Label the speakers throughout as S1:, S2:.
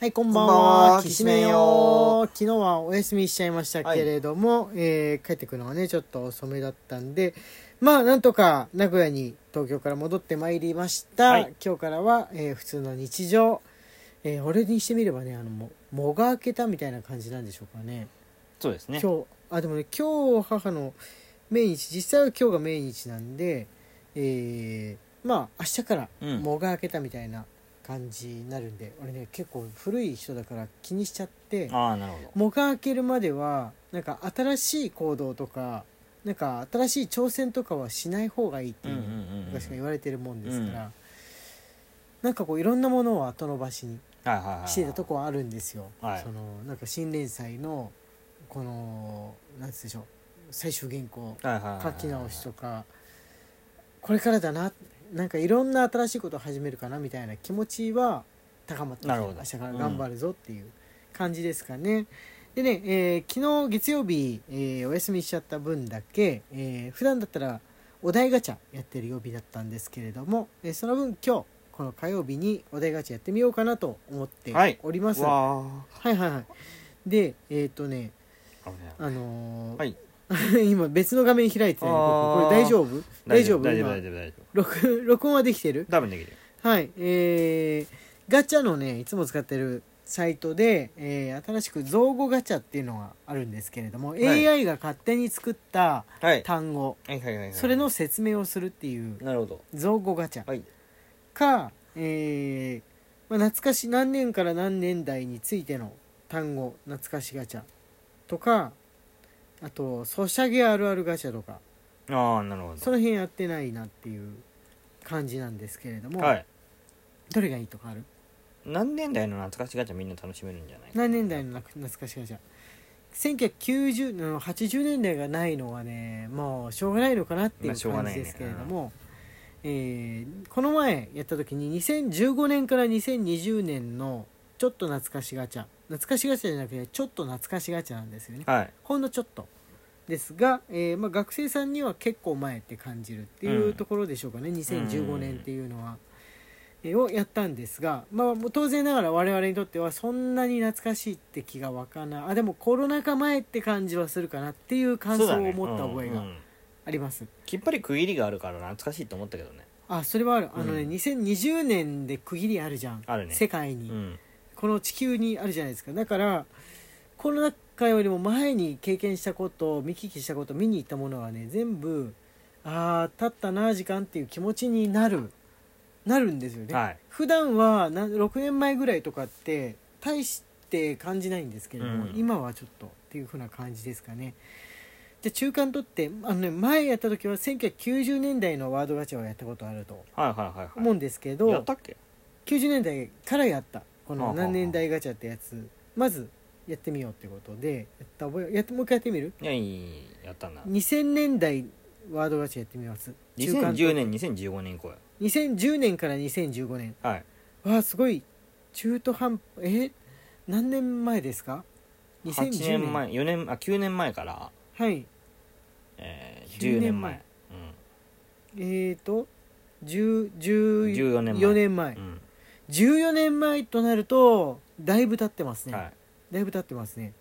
S1: はい、こんばん
S2: こんばん
S1: は。
S2: は
S1: きしめんよ。昨日はお休みしちゃいましたけれども、えー帰ってくるのがね、ちょっと遅めだったんで、まあ、なんとか名古屋に東京から戻ってまいりました。
S2: はい
S1: 今日からは、えー普通の日常。えー俺にしてみればね、あの、ももが明けたみたいな感じなんでしょうかね。
S2: そうですね。
S1: 今日、あ、でもね、今日母の命日、実際は今日が命日なんで、えーまあ、明日から
S2: うん
S1: もが明けたみたいな感じになるんで、俺ね結構古い人だから気にしちゃって
S2: ああ、なるほど。
S1: もが明けるまではなんか新しい行動とかなんか新しい挑戦とかはしない方がいいっていうのが昔から言われてるもんですから、なんかこういろんなものを後延ばしに
S2: はいはいはいはい
S1: してたとこはあるんですよ。
S2: はい
S1: そのなんか新連載のこのなんつうでしょう最終原稿
S2: はいはいはいはい
S1: 書き直しとかこれからだななんかいろんな新しいことを始めるかなみたいな気持ちは高まってきて
S2: なるほど
S1: 明日から頑張るぞっていう感じですかね。でね、えー昨日月曜日、えーお休みしちゃった分だけ、えー普段だったらお題ガチャやってる曜日だったんですけれども、えーその分今日この火曜日にお題ガチャやってみようかなと思って
S2: はい
S1: おります。はい、
S2: わあ。
S1: はい、はいはいでえっ、とね
S2: 危ない
S1: あのー
S2: はい
S1: 今別の画面開いてない
S2: あー
S1: これ大丈夫大丈夫
S2: 大丈夫
S1: 今
S2: 大丈夫大丈夫。
S1: 録 録音はできてる
S2: 多分できるよ。
S1: はいえー、ガチャのねいつも使ってるサイトで、えー新しく造語ガチャっていうのがあるんですけれども、
S2: い
S1: AI が勝手に作った
S2: はい。
S1: 単語
S2: はいはいはいはい。
S1: それの。説明をするっていう
S2: なるほど。
S1: 造語ガチャ
S2: はい。
S1: か、えーまあ、懐かし何年から何年代についての単語懐かしガチャとかあとソシャゲあるあるガチャとか
S2: ああ、なるほ
S1: そ
S2: ど。
S1: の辺やってないなっていう感じなんですけれども、
S2: はい。
S1: どれがいいとかある
S2: 何年代の懐かしガチャみんな楽しめるんじゃない
S1: 何年代の懐かしガチャ1990の80年代がないのはねもうしょうがないのかなってい
S2: ま
S1: う
S2: あしょうが
S1: 感
S2: な
S1: じ
S2: いね
S1: ですけれども、えーこの前やった時に2015年から2020年のちょっと懐かしガチャ懐かしガチャじゃなくてちょっと懐かしガチャなんですよね
S2: はい。
S1: ほんのちょっとですが、えーまあ、学生さんには結構前って感じるっていううんところでしょうかね、2015年っていうのは、えーをやったんですが、まあ、もう当然ながら我々にとってはそんなに懐かしいって気がわかないあでもコロナ禍前って感じはするかなっていう感
S2: そ
S1: 想
S2: うだ
S1: を
S2: ね
S1: 持った覚え
S2: う
S1: が
S2: んうん
S1: あります。
S2: きっぱり区切りがあるから懐かしいと思ったけどね。
S1: あそれはあるあのね、
S2: うん
S1: 2020年で区切りあるじゃん
S2: あるね
S1: 世界に、
S2: うん。
S1: この地球にあるじゃないですかだからコロナ禍よりも前に経験したこと見聞きしたこと見に行ったものはね全部ああ経ったな時間っていう気持ちになるなるんですよね、
S2: はい。
S1: 普段はな6年前ぐらいとかって大して感じないんですけれども、
S2: うん
S1: 今はちょっとっていう風な感じですかねじゃあ中間とってあの、ね、前やった時は1990年代のワードガチャをやったことあると
S2: はいはいはい
S1: 思
S2: は
S1: うんですけど、
S2: い。やったっけ
S1: 90年代からやった
S2: はあ
S1: この
S2: はあはあ
S1: 何年代ガチャってやつまずやってみようってことでやった覚えやってもう一回やってみる
S2: いや、いい。やったんだ。
S1: 2000年代ワードガチャやってみます中間
S2: 2010年、2015年以降や。
S1: 2010年から2015年
S2: はい。
S1: わあすごい中途半端え何年前ですか
S2: 8
S1: 2010
S2: 年前、4年、あ、9年前から、
S1: はい
S2: えー、
S1: 9
S2: 10
S1: 年
S2: 年
S1: 前
S2: 前。
S1: えーと10 14
S2: 14年前
S1: 4年前
S2: うん。うん
S1: 14年前となるとだいぶ経ってますね、
S2: はい。
S1: だいぶ経ってますね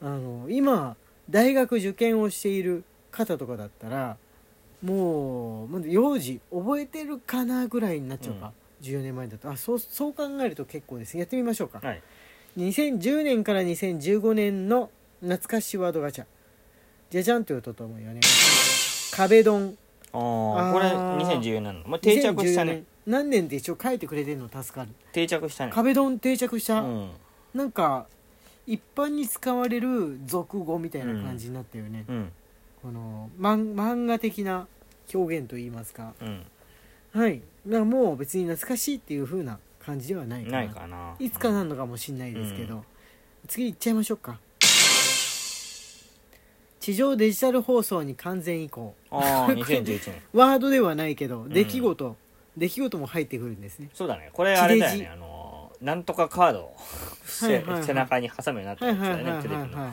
S1: あの今大学受験をしている方とかだったらもうまだ幼児覚えてるかなぐらいになっちゃうか、14年前だとあそうそう考えると結構ですやってみましょうか、
S2: はい。
S1: 2010年から2015年の懐かしワードガチャじゃじゃんという音と思うよね壁ドン
S2: あ
S1: あー
S2: あ、これ2014年なの。もう定着した
S1: 2014
S2: ね
S1: 年。何年って一応書いてくれてるの助かる
S2: 定着したね。
S1: 壁ドン定着し
S2: う
S1: た、
S2: ん。
S1: なんか一般に使われる俗語みたいな感じになったよね、
S2: うん。
S1: この漫漫画的な表現といいますか
S2: うん。
S1: はいだからもう別に懐かしいっていう風な感じではないかな
S2: ないかな。
S1: いつかな
S2: うん
S1: のかもしれないですけど、
S2: うん
S1: 次行っちゃいましょうか地上デジタル放送に完全移行
S2: あ あ、2011年。
S1: ワードではないけど出来事、出来事も入ってくるんですね
S2: そうだね。これあれだよ
S1: 地デ
S2: ね。
S1: ジ
S2: あのー、なんとかカードを
S1: はい
S2: 背
S1: はいはい
S2: 背中に挟むようになった
S1: はい
S2: やつ
S1: はい
S2: だ
S1: はい
S2: よね、
S1: はい
S2: テレビの
S1: はい、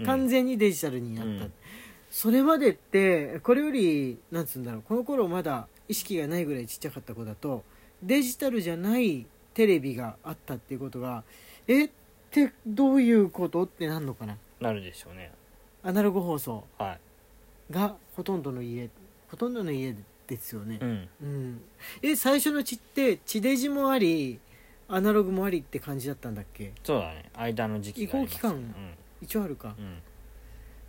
S2: うん。
S1: 完全にデジタルになった、
S2: うん
S1: それまでってこれよりなんつうんだろうこの頃まだ意識がないぐらいちっちゃかった子だとデジタルじゃないテレビがあったっていうことがえってどういうことってなんのかな
S2: なるでしょうね
S1: アナログ放送
S2: は
S1: がほとんどの家ほとんどの家ですよね
S2: い、うん
S1: うん、え最初の地って地デジもありアナログもありって感じだったんだっけ
S2: そうだね間の時期があります
S1: 移行期間一応あるか
S2: うん、うん、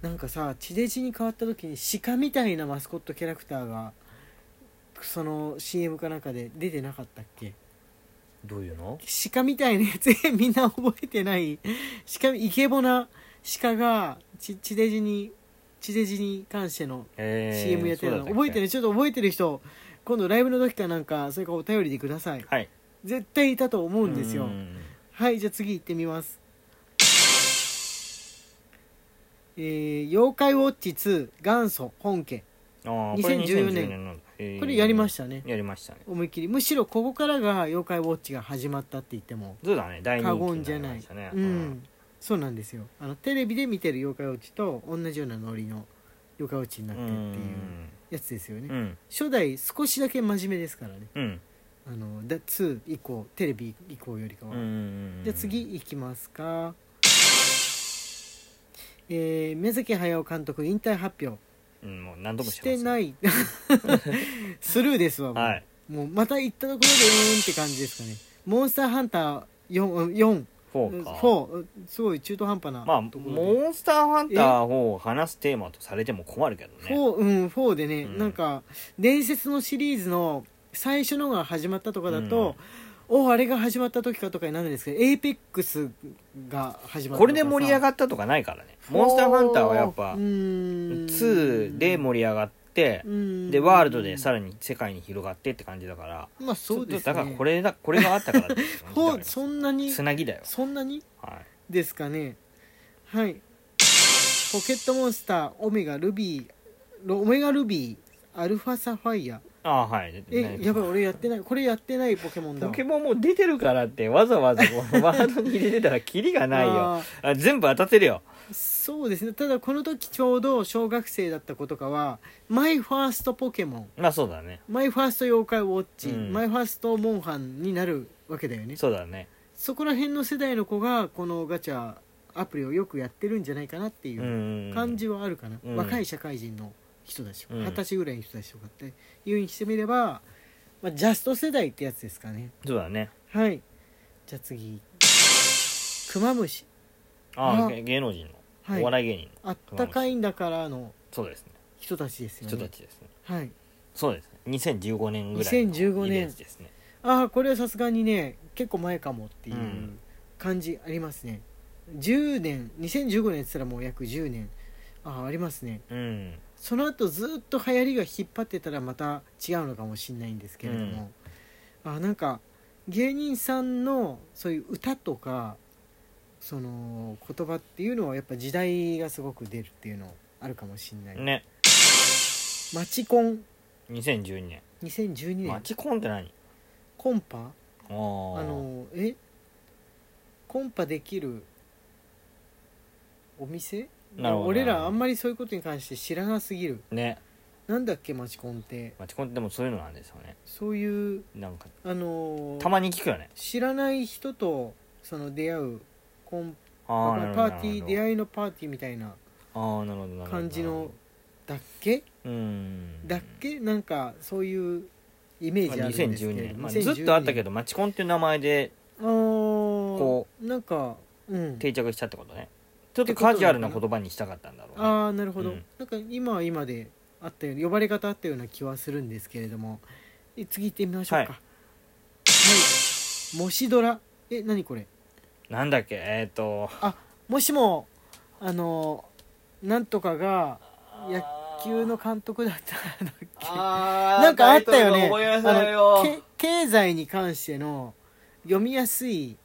S1: なんかさ地デジに変わった時に鹿みたいなマスコットキャラクターがその CM かなんかで出てなかったっけ
S2: どういうの
S1: 鹿みたいなやつ みんな覚えてない鹿イケボな鹿がち地デジに地デジに関しての
S2: えー、
S1: CM やってるの、
S2: そうだたっけ
S1: 覚えてるちょっと覚えてる人今度ライブの時かなんかそれからお便りでください
S2: はい
S1: 絶対いたと思うんですよ
S2: うん
S1: はいじゃあ次行ってみますえー妖怪ウォッチ2元祖本家」
S2: ああこれ
S1: 2014
S2: 2014
S1: 年
S2: 年なんだへー
S1: これやりましたね
S2: やりましたね
S1: 思いっきりむしろここからが妖怪ウォッチが始まったって言っても
S2: そうだね大人
S1: 過
S2: 気
S1: 言
S2: に
S1: じ
S2: な
S1: ゃ
S2: り
S1: な
S2: ま
S1: い
S2: したね
S1: うん、そうなんですよあのテレビで見てる妖怪ウォッチと同じようなノリの妖怪ウォッチにな
S2: う
S1: ってっていうやつですよね、
S2: んうん
S1: 初代少しだけ真面目ですからね
S2: うん
S1: あのだ2以降テレビ以降よりか
S2: う
S1: は、
S2: ん
S1: じゃあ次いきますか、えー宮崎駿監督引退発表
S2: うんもう何度も
S1: してない いスルーですわもう,、
S2: はい
S1: もうまた行ったところでうーんって感じですかねモンスターハンター 4, 4
S2: フォーか
S1: 4すごい中途半端な
S2: まあ
S1: ところで、
S2: モンスターハンターを話すテーマとされても困るけどね
S1: 4うん4でね、
S2: うん
S1: なんか伝説のシリーズの最初のが始まったとかだと、おあれが始まった時かとかになるんですけどエイペックスが始まった
S2: これで盛り上
S1: っ
S2: がったとかないからねモンスターハンターはやっぱ
S1: 2
S2: 2で盛り上がってで
S1: で
S2: ワールドでさらに世界に広がってって感じだから
S1: まあそうです
S2: だ
S1: ね
S2: からこれだこれがあったからだよ
S1: ほ
S2: だ
S1: う
S2: か
S1: そんなに
S2: らつなぎだよ
S1: そんなに
S2: はい
S1: ですかねはいポケットモンスターオメガルビーロオメガルビーアルファサファイア
S2: ああはい
S1: えやばい俺やってないこれやってないポケモンだ
S2: ポ
S1: わ
S2: ケモンもう出てるからってわざわざこう ワードに入れてたらキリがないよ
S1: あ
S2: あ全部当たってるよ
S1: ーそうですねただこの時ちょうど小学生だった子とかはマイファーストポケモン
S2: まあそうだね
S1: マイファースト妖怪ウォッチ、
S2: うん
S1: マイファーストモンハンになるわけだよね
S2: そうだね
S1: そこら辺の世代の子がこのガチャアプリをよくやってるんじゃないかなっていううん感じはあるかな、
S2: うん
S1: 若い社会人の人たち
S2: うん
S1: 二十歳ぐらいの人たちとかっていうにしてみれば、まあ、ジャスト世代ってやつですかね
S2: そうだね
S1: はいじゃあ次クマムシ
S2: あ
S1: あ
S2: あ芸能人の、
S1: はい
S2: お笑い芸人の
S1: あったかいんだからの
S2: そうですね
S1: 人たちですよ
S2: 人た
S1: ね
S2: ちですね
S1: はい
S2: そうですね2015年ぐらいの
S1: 2015年
S2: イメージですね
S1: ああこれはさすがにね結構前かもっていううん感じありますね、10年2015年って言ったらもう約10年ああありますね
S2: うん
S1: その後ずっと流行りが引っ張ってたらまた違うのかもしれないんですけれども、あなんか芸人さんのそういう歌とかその言葉っていうのはやっぱ時代がすごく出るっていうのあるかもしれない、
S2: ね
S1: マチコン
S2: 2012年
S1: 2012年、
S2: マチコンって何
S1: コンパ
S2: あ
S1: あ
S2: の
S1: のえコンパできるお店
S2: なるほど
S1: 俺らあんまりそういうことに関して知らなすぎる
S2: ね
S1: なんだっけマチコンって
S2: マチコンってでもそういうのなんですよね
S1: そういう
S2: なんか
S1: あのー
S2: たまに聞くよね
S1: 知らない人とその出会うコン
S2: ああなるほ
S1: パ
S2: ど
S1: ーティー出
S2: い
S1: 会いのパーティーみたいな
S2: ああなるほどなるほど
S1: 感じのだっけ
S2: うん
S1: だっけなんかそういうイメー
S2: まあ
S1: ジあるんですけ
S2: 2012
S1: れど
S2: 年、
S1: も
S2: まあ、ずっとあったけ
S1: ど
S2: どマチコンっていう名前で
S1: こ
S2: こ
S1: うなんかうん
S2: 定着したってことねちょっとカジュアルな言葉にしたかったんだろうね
S1: ああなるほど、
S2: うん
S1: なんか今は今であったように呼ばれ方あったような気はするんですけれどもえ次行ってみましょうかは、
S2: はいい
S1: もしドラえ何これ
S2: なんだっけえっ、と
S1: もしもあのなんとかが野球の監督だったんだっけな
S2: なん
S1: かあったよね
S2: 思い出せない
S1: あの
S2: よ
S1: け経済に関しての読みやすい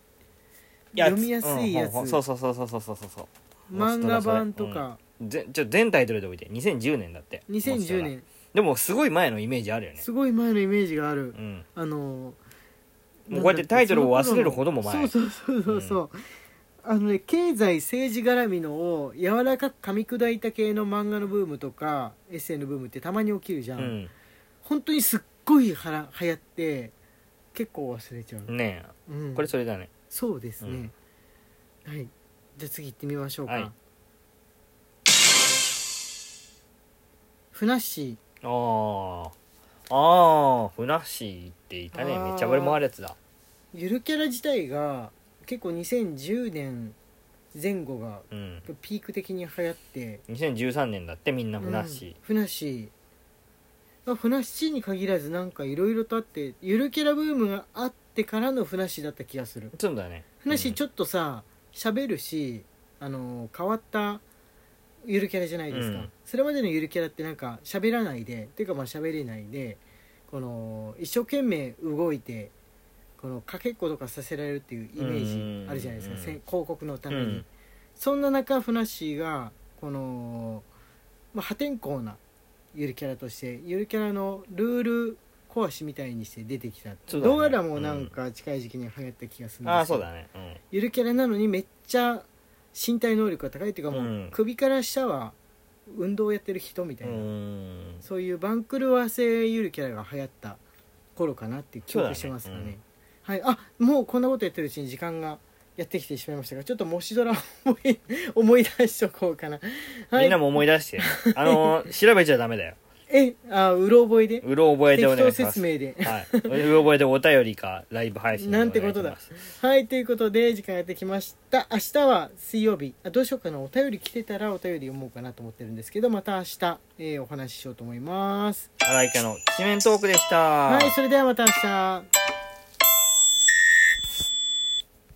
S2: やつ
S1: 読みやすいやつ、
S2: うんうんそうそうそうそうそうそうそう
S1: 漫画版とか、
S2: ぜちょ全タイトルで置いて2010年だって
S1: 2010年
S2: でもすごい前のイメージあるよね
S1: すごい前のイメージがあ
S2: う
S1: る、
S2: ん
S1: あの
S2: もうこうやってタイトルを忘れるほども前
S1: そうそうそうそう、あのね経済政治絡みのを柔らかく噛み砕いた系の漫画のブームとかエッセイのブームってたまに起きるじゃん、
S2: うん
S1: 本当にすっごいはら流行って結構忘れちゃう、
S2: ね
S1: うん
S2: えこれそれだね
S1: そうですね、
S2: うん
S1: はい、じゃあ次行ってみましょうか、
S2: はい
S1: ふなっし
S2: ああああふなっしーっていたね
S1: あー
S2: めっちゃ暴れ回るやつだ
S1: ーゆるキャラ自体が結構2010年前後が
S2: うん
S1: ピーク的に流行って
S2: 2013年だってみんなふなっし
S1: ふなっしーまあふなっしーに限らずなんかいろいろとあってゆるキャラブームがあってからのふなっしーだった気がす
S2: ー
S1: る
S2: そうだね
S1: ふなっしーち
S2: ょっ
S1: ょっとさ喋るしあの変わったゆるキャラじゃないですか、
S2: うん
S1: それまでのゆるキャラってなんか喋らないでっていうかまあ喋れないでこの一生懸命動いてこのかけっことかさせられるっていうイメージあるじゃないですか、
S2: うん
S1: せん広告のために、
S2: うん
S1: そんな中ふなっしーがこの、まあ、破天荒なゆるキャラとしてゆるキャラのルール壊しみたいにして出てきた、
S2: そうだね
S1: どうやらもうなんか近い時期に流行った気がするんですけど
S2: ああそうだねうん
S1: ゆるキャラなのにめっちゃ身体能力が高いっていうかもう、
S2: うん
S1: 首から下は運動をやってる人みた
S2: う
S1: いな、
S2: ーん
S1: そういう番狂わせゆるキャラが流行った頃かなって記
S2: そうだ
S1: 憶
S2: ね
S1: してますかね
S2: うん
S1: はいあもうこんなことやってるうちに時間がやってきてしまいましたがちょっともしドラを思い思い出しとこうかなは
S2: みん
S1: い
S2: なも思い出 してあのー調べちゃダメだよ
S1: えあうろ覚えで
S2: うろ覚えで
S1: 適
S2: お願
S1: 当
S2: いします
S1: 説
S2: は
S1: 明で
S2: いうろ覚えでお便りかライブ配信でお願いします
S1: なんてはい、ということで、時間やってきました。明日は水曜日。あどうしようかな。お便り来てたらお便り読もうかなと思ってるんですけど、また明日、えーお話ししようと思います。
S2: 荒井家のきしめんトークでした
S1: はい、それではまた明日。